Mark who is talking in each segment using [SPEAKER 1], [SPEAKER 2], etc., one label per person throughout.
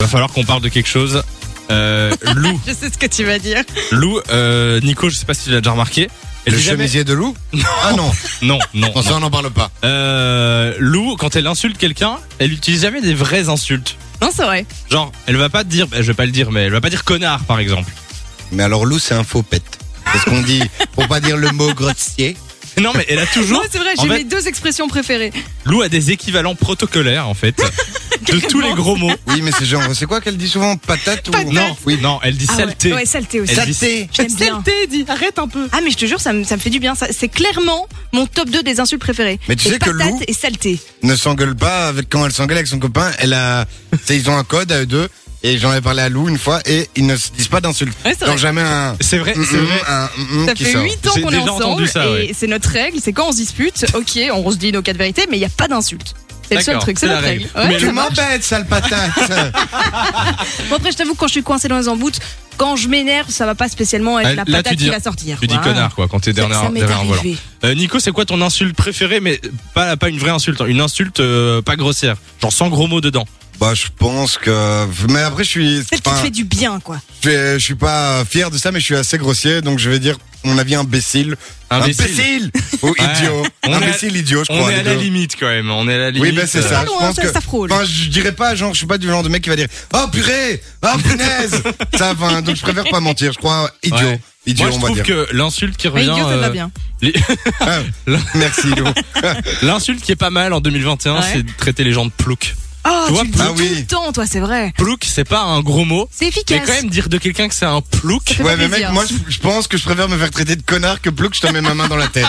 [SPEAKER 1] Va falloir qu'on parle de quelque chose. Euh, Lou,
[SPEAKER 2] Je sais ce que tu vas dire.
[SPEAKER 1] Lou, euh, Nico, je sais pas si tu l'as déjà remarqué. Elle
[SPEAKER 3] Le
[SPEAKER 1] dit jamais-
[SPEAKER 3] chemisier de loup Ah non,
[SPEAKER 1] Non, non.
[SPEAKER 3] non,
[SPEAKER 1] non.
[SPEAKER 3] ça on n'en parle pas.
[SPEAKER 1] Euh, Lou, quand elle insulte quelqu'un, elle utilise jamais des vraies insultes.
[SPEAKER 2] Non, c'est vrai.
[SPEAKER 1] Genre, elle va pas te dire, bah, je vais pas le dire, mais elle va pas dire connard, par exemple.
[SPEAKER 3] Mais alors loup c'est un faux pet. C'est ce qu'on dit pour pas dire le mot grossier.
[SPEAKER 1] Non, mais elle a toujours.
[SPEAKER 2] Non, c'est vrai,
[SPEAKER 1] en
[SPEAKER 2] j'ai
[SPEAKER 1] fait-
[SPEAKER 2] mes deux expressions préférées.
[SPEAKER 1] Lou a des équivalents protocolaires, en fait, de tous les gros mots.
[SPEAKER 3] Oui mais c'est genre, c'est quoi qu'elle dit souvent Patate ou
[SPEAKER 1] Non,
[SPEAKER 3] Oui.
[SPEAKER 1] non, elle dit
[SPEAKER 2] Ah ouais.
[SPEAKER 1] saleté.
[SPEAKER 2] Ouais, saleté aussi.
[SPEAKER 1] Elle dit-
[SPEAKER 3] Saleté
[SPEAKER 2] J'aime bien.
[SPEAKER 1] Saleté, dis, arrête un peu.
[SPEAKER 2] Ah, mais je te jure, ça me, ça me fait du bien. Ça- C'est clairement mon top 2 des insultes préférées.
[SPEAKER 3] Mais tu
[SPEAKER 2] C'est
[SPEAKER 3] sais que
[SPEAKER 2] patate
[SPEAKER 3] Lou-
[SPEAKER 2] et saleté.
[SPEAKER 3] ne s'engueule pas avec quand elle s'engueule avec son copain. Elle a, tu sais, ils ont un code à eux deux et j'en ai parlé à Lou une fois et ils ne se disent pas d'insultes.
[SPEAKER 2] Ouais, c'est
[SPEAKER 3] Genre
[SPEAKER 2] vrai.
[SPEAKER 3] jamais un.
[SPEAKER 1] C'est vrai,
[SPEAKER 3] mm,
[SPEAKER 1] c'est
[SPEAKER 3] mm,
[SPEAKER 2] Mm-hmm.
[SPEAKER 1] vrai.
[SPEAKER 3] un mm, mm
[SPEAKER 2] Ça
[SPEAKER 3] qui
[SPEAKER 2] fait
[SPEAKER 3] sort.
[SPEAKER 2] 8 ans
[SPEAKER 1] J'ai
[SPEAKER 2] qu'on est
[SPEAKER 1] déjà entendu
[SPEAKER 2] ensemble
[SPEAKER 1] ça,
[SPEAKER 2] et
[SPEAKER 1] ouais.
[SPEAKER 2] c'est notre règle, c'est quand on se dispute, ok, on se dit nos quatre vérités, mais il n'y a pas d'insulte. C'est le seul
[SPEAKER 1] D'accord,
[SPEAKER 2] truc, c'est
[SPEAKER 1] c'est la
[SPEAKER 2] notre règle.
[SPEAKER 1] règle. Mais
[SPEAKER 2] Ouais,
[SPEAKER 3] Tu
[SPEAKER 2] ça marche.
[SPEAKER 3] m'embêtes, sale patate.
[SPEAKER 2] Bon, après, je t'avoue, que quand je suis coincée dans les emboutes, quand je m'énerve, ça va pas spécialement être
[SPEAKER 1] Ah,
[SPEAKER 2] la
[SPEAKER 1] là, tu
[SPEAKER 2] patate
[SPEAKER 1] dis-
[SPEAKER 2] qui va sortir.
[SPEAKER 1] Tu dis
[SPEAKER 2] quoi.
[SPEAKER 1] connard, quoi, quand t'es
[SPEAKER 2] Ça-
[SPEAKER 1] derrière,
[SPEAKER 2] ça m'est
[SPEAKER 1] derrière un volant.
[SPEAKER 2] arrivé.
[SPEAKER 1] Euh, Nico, c'est quoi ton insulte préférée, mais pas, pas une vraie insulte, hein, une insulte euh, pas grossière, genre sans gros mots dedans.
[SPEAKER 3] bah je pense que, mais après je suis.
[SPEAKER 2] Celle qui te
[SPEAKER 3] enfin,
[SPEAKER 2] fait du bien, quoi.
[SPEAKER 3] je fais- je suis pas fier de ça, mais je suis assez grossier, donc je vais dire mon avis imbécile. Imbécile ou
[SPEAKER 1] Ouais.
[SPEAKER 3] idiot.
[SPEAKER 1] On est à-
[SPEAKER 3] Imbécile, idiot, je crois.
[SPEAKER 1] On est
[SPEAKER 3] les
[SPEAKER 1] à la
[SPEAKER 3] deux.
[SPEAKER 1] limite quand même, on est à la limite.
[SPEAKER 3] Oui, ben c'est
[SPEAKER 1] euh,
[SPEAKER 3] ça.
[SPEAKER 2] Pas loin,
[SPEAKER 3] je pense
[SPEAKER 2] Ah ça-
[SPEAKER 3] que.
[SPEAKER 2] ça frôle.
[SPEAKER 3] Enfin, je dirais pas, genre, je suis pas du genre de mec qui va dire Oh purée Oh punaise Ça, enfin, donc je préfère pas mentir, je crois idiot.
[SPEAKER 1] Ouais.
[SPEAKER 3] Idiot,
[SPEAKER 1] Moi, je
[SPEAKER 3] on va
[SPEAKER 1] trouve
[SPEAKER 3] dire.
[SPEAKER 1] que l'insulte qui
[SPEAKER 2] Mais
[SPEAKER 1] revient,
[SPEAKER 2] idiot, ça te va
[SPEAKER 1] euh,
[SPEAKER 2] bien.
[SPEAKER 3] Ah, Merci, Lou.
[SPEAKER 1] l'insulte qui est pas mal en 2021,
[SPEAKER 2] Ouais.
[SPEAKER 1] c'est de traiter les gens de plouc.
[SPEAKER 2] Oh,
[SPEAKER 1] Tu vois,
[SPEAKER 2] tu le dis
[SPEAKER 3] ah oui.
[SPEAKER 2] tout le temps, toi, c'est vrai.
[SPEAKER 1] Plouc, c'est pas un gros mot,
[SPEAKER 2] C'est
[SPEAKER 1] mais
[SPEAKER 2] efficace.
[SPEAKER 1] quand même dire de quelqu'un que c'est un plouc.
[SPEAKER 2] fait
[SPEAKER 3] Ouais,
[SPEAKER 2] pas
[SPEAKER 3] mais mec,
[SPEAKER 2] plaisir.
[SPEAKER 3] moi, je, je pense que je préfère me faire traiter de connard que plouc, je te mets ma main dans la tête.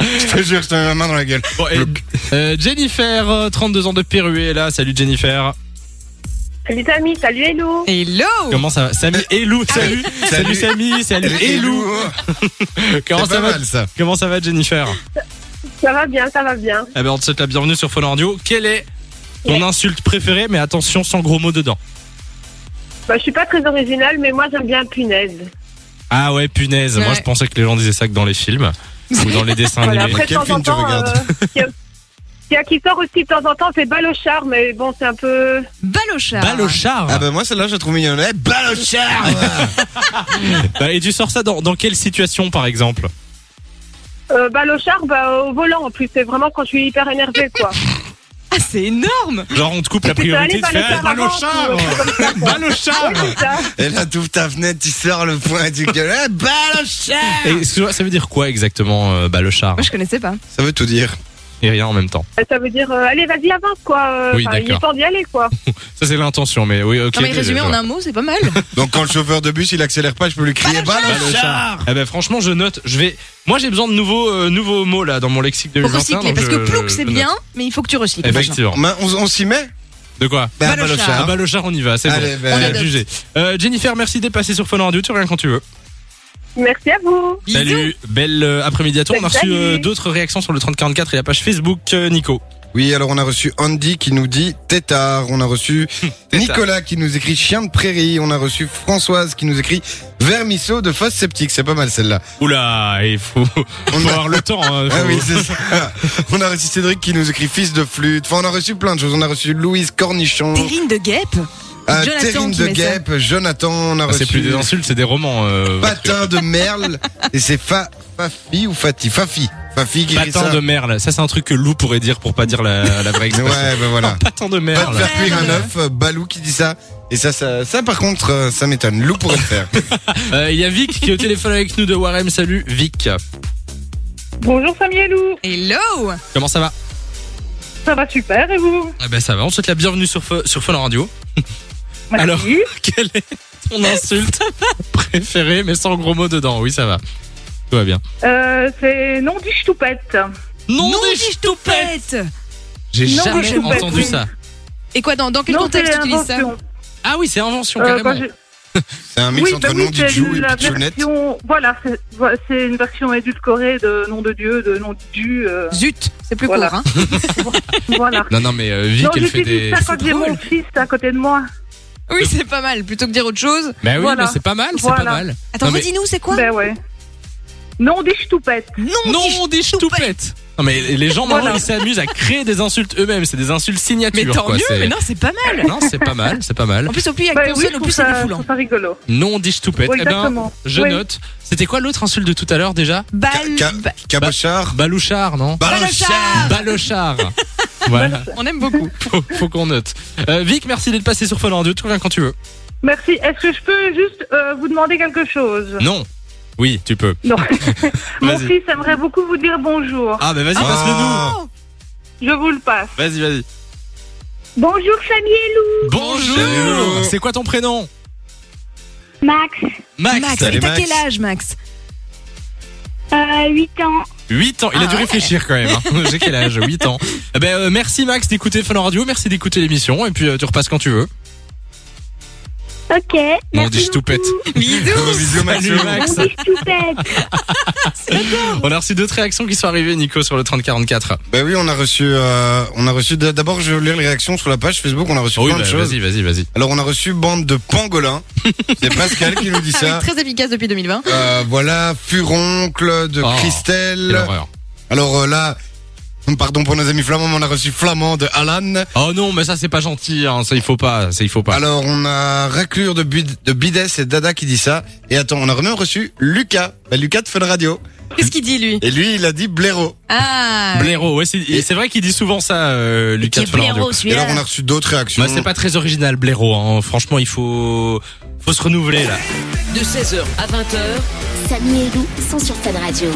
[SPEAKER 3] je te jure, je te mets ma main dans la gueule.
[SPEAKER 1] Bon, et-
[SPEAKER 3] Plouc.
[SPEAKER 1] euh, Jennifer, euh, 32 ans de Péruée, est là. Salut Jennifer.
[SPEAKER 4] Salut Samy, salut Hello
[SPEAKER 2] Hello
[SPEAKER 1] Comment ça va Samy et Lou, salut. Salut
[SPEAKER 3] Salut.
[SPEAKER 1] Samy, salut et Lou. Comment
[SPEAKER 3] C'est
[SPEAKER 1] ça
[SPEAKER 3] pas
[SPEAKER 1] va
[SPEAKER 3] mal, ça.
[SPEAKER 1] Comment ça va Jennifer
[SPEAKER 4] Ça va bien, ça va bien.
[SPEAKER 1] Eh ben, on te souhaite la bienvenue sur Phone Radio. Quelle est ton insulte préférée Mais attention, sans gros mots dedans.
[SPEAKER 4] Bah, je suis pas très originale, mais moi j'aime bien punaise.
[SPEAKER 1] Ah ouais, punaise. Moi,
[SPEAKER 2] Ouais.
[SPEAKER 1] je pensais que les gens disaient ça que dans les films ou dans les dessins
[SPEAKER 4] Voilà,
[SPEAKER 1] animés.
[SPEAKER 4] après de
[SPEAKER 3] quel
[SPEAKER 4] temps en
[SPEAKER 3] film tu
[SPEAKER 4] temps,
[SPEAKER 3] regardes
[SPEAKER 4] euh, il y a- il y a qui sort aussi de temps en temps, c'est Balochard, mais bon, c'est un peu.
[SPEAKER 2] Balochard.
[SPEAKER 1] Balochard
[SPEAKER 3] Ah, bah, moi, celle-là, je la trouve mignonne. Eh, balochard
[SPEAKER 1] Bah, Et tu sors ça dans, dans quelle situation, par exemple
[SPEAKER 4] Euh, Balochard, bah, au volant en plus, c'est vraiment quand je suis hyper énervée, quoi. Bah,
[SPEAKER 2] Ah, c'est énorme
[SPEAKER 1] Genre, on te coupe la
[SPEAKER 4] Tu peux
[SPEAKER 1] priorité,
[SPEAKER 4] aller
[SPEAKER 1] tu fais
[SPEAKER 4] Balochard
[SPEAKER 1] Balochard
[SPEAKER 4] avant, ou- comme ça, quoi.
[SPEAKER 1] Balochard
[SPEAKER 4] C'est ça.
[SPEAKER 3] Et là, tu ouvres ta fenêtre, tu sors le poing et tu gueules. Eh, balochard
[SPEAKER 1] Et Excuse-moi, ça veut dire quoi exactement, euh, Balochard
[SPEAKER 2] Moi, je connaissais pas.
[SPEAKER 3] Ça veut tout dire.
[SPEAKER 1] Et rien en même temps.
[SPEAKER 4] Ça veut dire, euh, allez, vas-y, avance, quoi. Euh,
[SPEAKER 1] Oui,
[SPEAKER 4] enfin, il
[SPEAKER 1] d'accord.
[SPEAKER 4] est temps d'y aller, quoi.
[SPEAKER 1] Ça, c'est l'intention, mais oui, ok.
[SPEAKER 2] Non, mais
[SPEAKER 1] je-
[SPEAKER 2] résumé
[SPEAKER 1] je-
[SPEAKER 2] en un mot, c'est pas mal.
[SPEAKER 3] Donc quand le chauffeur de bus il accélère pas, je peux lui crier
[SPEAKER 1] Balochard Eh ben, franchement, je note. Je vais. Moi, j'ai besoin de nouveaux, euh, nouveaux mots là dans mon lexique de
[SPEAKER 2] Pour recycler, parce que plouc, c'est bien, mais il faut que tu recycles.
[SPEAKER 1] Effectivement.
[SPEAKER 3] Ben, on, on s'y met
[SPEAKER 1] De quoi
[SPEAKER 3] Ben,
[SPEAKER 2] Balochard.
[SPEAKER 1] Ah bah le char on y va, c'est bon.
[SPEAKER 3] Allez, ben,
[SPEAKER 2] On
[SPEAKER 1] Euh,
[SPEAKER 2] adopte.
[SPEAKER 1] jugé. Euh, Jennifer, merci d'être passée sur Fun Radio, tu reviens quand tu veux.
[SPEAKER 4] Merci à vous.
[SPEAKER 2] Bisous.
[SPEAKER 1] Salut, belle euh, après-midi à toi. On a reçu
[SPEAKER 4] Salut.
[SPEAKER 1] euh, d'autres réactions sur le 3044 et la page Facebook euh, Nico.
[SPEAKER 3] Oui, alors on a reçu Andy qui nous dit tétard. On a reçu Nicolas qui nous écrit chien de prairie. On a reçu Françoise qui nous écrit vermisseau de fosse septique. C'est pas mal celle-là.
[SPEAKER 1] Oula, il faut, faut
[SPEAKER 3] On a...
[SPEAKER 1] avoir le temps. hein, faut-
[SPEAKER 3] Ah oui, c'est ça. on a reçu Cédric qui nous écrit fils de flûte. Enfin, on a reçu plein de choses. On a reçu Louise Cornichon,
[SPEAKER 2] Terrine de guêpe
[SPEAKER 3] euh,
[SPEAKER 2] Jonathan
[SPEAKER 3] Terrine
[SPEAKER 2] qui
[SPEAKER 3] de
[SPEAKER 2] met ça.
[SPEAKER 3] Guêpe, Jonathan. On a
[SPEAKER 1] Ah, c'est
[SPEAKER 3] reçu
[SPEAKER 1] plus des insultes, c'est des romans. euh,
[SPEAKER 3] Patin de Merle. Et c'est Fa... Fafi ou Fati Fafi. Fafi qui écrit
[SPEAKER 1] Patin
[SPEAKER 3] ça.
[SPEAKER 1] de merle. Ça, c'est un truc que Lou pourrait dire pour pas dire la, la vraie
[SPEAKER 3] Ouais,
[SPEAKER 1] expression.
[SPEAKER 3] ben voilà.
[SPEAKER 1] Patin de
[SPEAKER 3] Pas de
[SPEAKER 1] merle.
[SPEAKER 3] faire cuire un œuf, euh, Balou qui dit ça. Et ça, ça, ça par contre, euh, ça m'étonne. Lou pourrait le faire.
[SPEAKER 1] Euh, Il y a Vic qui est au téléphone avec nous de Warem. Salut Vic.
[SPEAKER 4] Bonjour Samy et Lou.
[SPEAKER 2] Hello
[SPEAKER 1] Comment ça va
[SPEAKER 4] Ça va super, et vous
[SPEAKER 1] Ah ben ça va. On te souhaite la bienvenue sur Fo- sur Fun Radio.
[SPEAKER 4] Merci.
[SPEAKER 1] Alors, quelle est ton insulte préférée, mais sans gros mots dedans Oui, ça va. Tout va bien.
[SPEAKER 4] Euh, c'est non du ch'toupette.
[SPEAKER 1] Non,
[SPEAKER 2] des
[SPEAKER 1] ch'toupettes J'ai
[SPEAKER 4] Non,
[SPEAKER 1] jamais
[SPEAKER 4] des ch'toupettes,
[SPEAKER 1] entendu
[SPEAKER 4] oui.
[SPEAKER 1] ça.
[SPEAKER 2] Et quoi, dans, dans quel
[SPEAKER 4] Non,
[SPEAKER 2] contexte
[SPEAKER 4] c'est
[SPEAKER 2] tu utilises ça
[SPEAKER 4] invention.
[SPEAKER 1] Ah oui, c'est invention,
[SPEAKER 4] Euh, quand
[SPEAKER 1] carrément.
[SPEAKER 4] je-
[SPEAKER 3] C'est un mix
[SPEAKER 4] oui,
[SPEAKER 3] entre
[SPEAKER 4] bah
[SPEAKER 3] nom
[SPEAKER 4] oui,
[SPEAKER 3] du
[SPEAKER 4] c'est
[SPEAKER 3] Jou et
[SPEAKER 4] la
[SPEAKER 3] Pichounette.
[SPEAKER 4] version, voilà, c'est- voilà, c'est une version édulcorée de nom de Dieu, de nom de Dieu. euh,
[SPEAKER 2] Zut, c'est plus
[SPEAKER 4] Voilà.
[SPEAKER 2] court, hein.
[SPEAKER 4] voilà.
[SPEAKER 1] Non, non, mais euh, Vic,
[SPEAKER 4] non,
[SPEAKER 1] elle fait des.
[SPEAKER 4] j'utilise ça quand j'ai mon fils à côté de moi.
[SPEAKER 2] Oui, c'est pas mal, plutôt que dire autre chose.
[SPEAKER 1] Bah oui,
[SPEAKER 4] Voilà.
[SPEAKER 1] mais c'est pas mal, c'est pas
[SPEAKER 4] Voilà.
[SPEAKER 1] mal.
[SPEAKER 2] Attends,
[SPEAKER 1] Non, mais-
[SPEAKER 2] redis-nous, c'est quoi
[SPEAKER 4] Ben ouais. Non, des ch'toupettes.
[SPEAKER 2] Non,
[SPEAKER 1] Non, des ch'toupettes Non, mais les gens maintenant
[SPEAKER 5] Voilà.
[SPEAKER 1] ils s'amusent à créer des insultes eux-mêmes, c'est des insultes signatures.
[SPEAKER 5] Mais tant
[SPEAKER 1] quoi,
[SPEAKER 5] mieux,
[SPEAKER 1] c'est-
[SPEAKER 5] mais non, c'est pas mal.
[SPEAKER 1] Non, c'est pas mal, c'est pas mal.
[SPEAKER 5] En plus, au plus il y a
[SPEAKER 4] Bah
[SPEAKER 5] console,
[SPEAKER 4] oui, je
[SPEAKER 5] au
[SPEAKER 4] trouve
[SPEAKER 5] plus c'est
[SPEAKER 4] ça, je
[SPEAKER 5] défoulant.
[SPEAKER 4] trouve ça rigolo.
[SPEAKER 1] Non, dis toupette.
[SPEAKER 4] Oui,
[SPEAKER 1] eh ben,
[SPEAKER 4] exactement.
[SPEAKER 1] je
[SPEAKER 4] Oui.
[SPEAKER 1] note. C'était quoi l'autre insulte de tout à l'heure déjà
[SPEAKER 5] Balle,
[SPEAKER 3] Ca- ca-
[SPEAKER 5] ba-
[SPEAKER 4] Oh.
[SPEAKER 3] Cabochard.
[SPEAKER 1] Balouchard, non
[SPEAKER 4] Bah,
[SPEAKER 5] Balochard.
[SPEAKER 1] Balochard. voilà,
[SPEAKER 5] on aime beaucoup.
[SPEAKER 1] faut, faut qu'on note. Euh, Vic, merci d'être passé sur Fun Radio. Tu reviens quand tu veux.
[SPEAKER 4] Merci. Est-ce que je peux juste euh, vous demander quelque chose
[SPEAKER 1] Non. Oui, tu peux.
[SPEAKER 4] Non. Mon
[SPEAKER 1] Vas-y.
[SPEAKER 4] fils aimerait beaucoup vous dire bonjour.
[SPEAKER 1] Ah, bah vas-y,
[SPEAKER 3] Ah.
[SPEAKER 1] passe-le nous.
[SPEAKER 2] Oh,
[SPEAKER 4] Je vous le passe.
[SPEAKER 1] Vas-y, vas-y.
[SPEAKER 6] Bonjour famille et Lou,
[SPEAKER 1] Bonjour.
[SPEAKER 3] Salut.
[SPEAKER 1] C'est quoi ton prénom
[SPEAKER 6] Max,
[SPEAKER 1] Max.
[SPEAKER 2] Max,
[SPEAKER 3] Salut,
[SPEAKER 2] et t'as
[SPEAKER 3] Max.
[SPEAKER 2] quel âge, Max
[SPEAKER 6] euh, 8 ans.
[SPEAKER 1] 8 ans. Il a
[SPEAKER 5] Ah
[SPEAKER 1] dû
[SPEAKER 5] ouais.
[SPEAKER 1] réfléchir quand même. hein. J'ai quel âge 8 ans. Eh ben, euh, merci Max d'écouter Fun Radio. Merci d'écouter l'émission. Et puis euh, tu repasses quand tu veux.
[SPEAKER 6] Ok.
[SPEAKER 1] Non,
[SPEAKER 6] merci
[SPEAKER 1] dis toupette.
[SPEAKER 6] beaucoup.
[SPEAKER 5] Bisous.
[SPEAKER 3] Bisous, Mathieu.
[SPEAKER 1] Salut, Max.
[SPEAKER 6] On dit toupette.
[SPEAKER 1] On a reçu d'autres réactions qui sont arrivées, Nico, sur le 3044.
[SPEAKER 3] Bah oui, on a reçu, euh, on a reçu. D'abord, je vais lire les réactions sur la page Facebook. On a reçu plein
[SPEAKER 1] bah,
[SPEAKER 3] de choses.
[SPEAKER 1] vas-y, vas-y, vas-y.
[SPEAKER 3] Alors, on a reçu bande de pangolins. C'est Pascal qui nous dit
[SPEAKER 1] Ah
[SPEAKER 3] ça.
[SPEAKER 5] Ah Très efficace depuis 2020.
[SPEAKER 3] Euh, voilà, furoncle de
[SPEAKER 1] Oh, Quelle
[SPEAKER 3] Christelle.
[SPEAKER 1] horreur.
[SPEAKER 3] Alors euh, là, pardon pour nos amis flamands, mais on a reçu flamand de Alan.
[SPEAKER 1] Oh non, mais ça c'est pas gentil, hein. ça il faut pas, ça il faut pas.
[SPEAKER 3] Alors on a raclure de, Bud- de Bides et Dada qui dit ça. Et attends, on a même reçu Lucas, Bah, Lucas de Fun Radio.
[SPEAKER 5] Qu'est-ce qu'il dit, lui
[SPEAKER 3] Et lui, il a dit blaireau.
[SPEAKER 5] Ah,
[SPEAKER 1] Blaireau, ouais, c'est et c'est vrai qu'il dit souvent ça, euh, Lucas.
[SPEAKER 5] qui est
[SPEAKER 1] Fun Radio.
[SPEAKER 5] blaireau,
[SPEAKER 3] Et alors on
[SPEAKER 5] celui-là.
[SPEAKER 3] a reçu d'autres réactions.
[SPEAKER 1] Bah, c'est pas très original, Blaireau. Hein. Franchement, il faut, faut se renouveler là.
[SPEAKER 7] de 16h à 20h.
[SPEAKER 8] Samy et Lou sont sur Fun Radio.